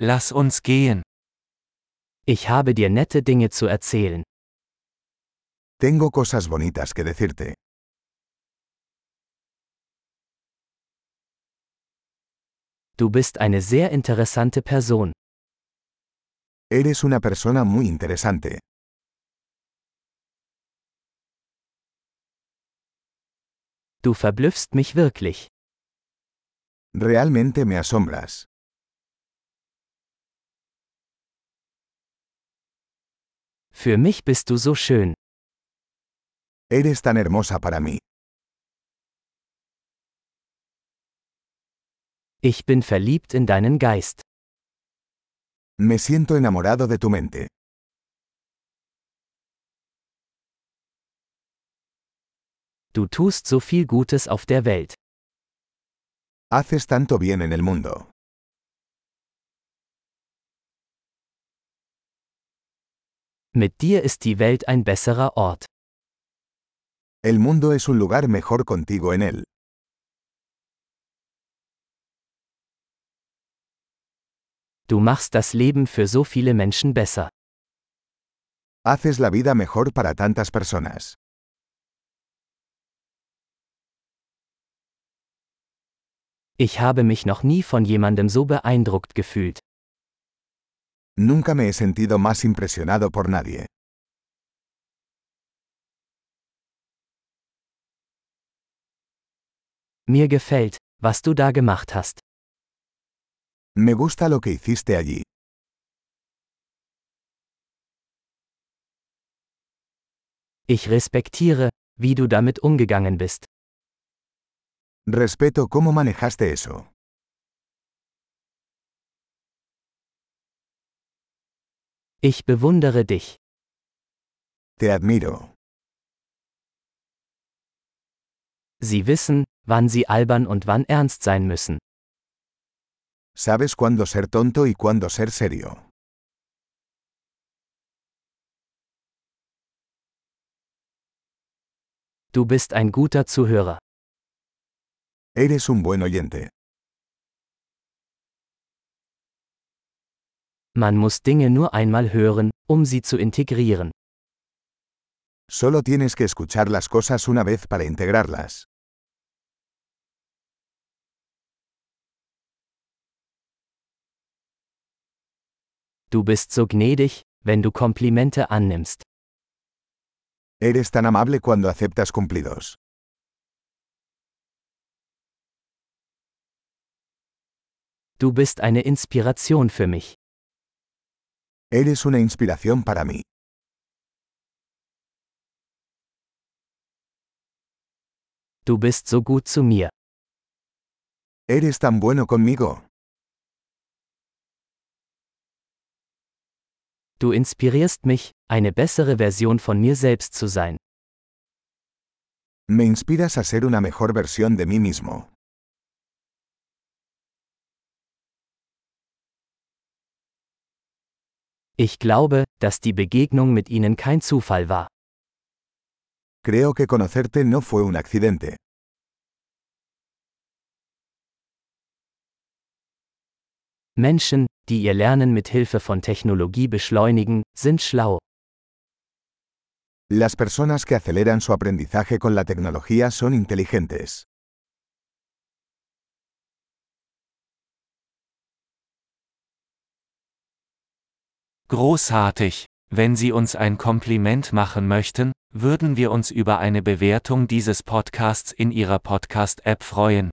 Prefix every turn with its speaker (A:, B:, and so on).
A: Lass uns gehen.
B: Ich habe dir nette Dinge zu erzählen.
C: Tengo cosas bonitas que decirte.
B: Du bist eine sehr interessante Person.
C: Eres una persona muy interesante.
B: Du verblüffst mich wirklich.
C: Realmente me asombras.
B: Für mich bist du so schön.
C: Eres tan hermosa para mí.
B: Ich bin verliebt in deinen Geist.
C: Me siento enamorado de tu mente.
B: Du tust so viel Gutes auf der Welt.
C: Haces tanto bien en el mundo.
B: Mit dir ist die Welt ein besserer Ort.
C: El mundo es un lugar mejor contigo en él.
B: Du machst das Leben für so viele Menschen besser.
C: Haces la vida mejor para tantas personas.
B: Ich habe mich noch nie von jemandem so beeindruckt gefühlt.
C: Nunca me he sentido más impresionado por nadie.
B: Mir gefällt, was du da gemacht hast.
C: Me gusta lo que hiciste allí.
B: Ich respektiere, wie du damit umgegangen bist.
C: Respeto cómo manejaste eso.
B: Ich bewundere dich.
C: Te admiro.
B: Sie wissen, wann sie albern und wann ernst sein müssen.
C: Sabes cuándo ser tonto y cuándo ser serio.
B: Du bist ein guter Zuhörer.
C: Eres un buen oyente.
B: Man muss Dinge nur einmal hören, um sie zu integrieren.
C: Solo tienes que escuchar las cosas una vez para integrarlas.
B: Du bist so gnädig, wenn du Komplimente annimmst.
C: Eres tan amable cuando aceptas cumplidos.
B: Du bist eine Inspiration für mich.
C: Eres una inspiración para mí.
B: Du bist so gut zu mir.
C: Eres tan bueno conmigo.
B: Du inspirierst mich, eine bessere Version von mir selbst zu sein.
C: Me inspiras a ser una mejor versión de mí mismo.
B: Ich glaube, dass die Begegnung mit ihnen kein Zufall war.
C: Creo que conocerte no fue un accidente.
B: Menschen, die ihr Lernen mit Hilfe von Technologie beschleunigen, sind schlau.
C: Las personas que aceleran su aprendizaje con la tecnología son inteligentes.
A: Großartig. Wenn Sie uns ein Kompliment machen möchten, würden wir uns über eine Bewertung dieses Podcasts in Ihrer Podcast-App freuen.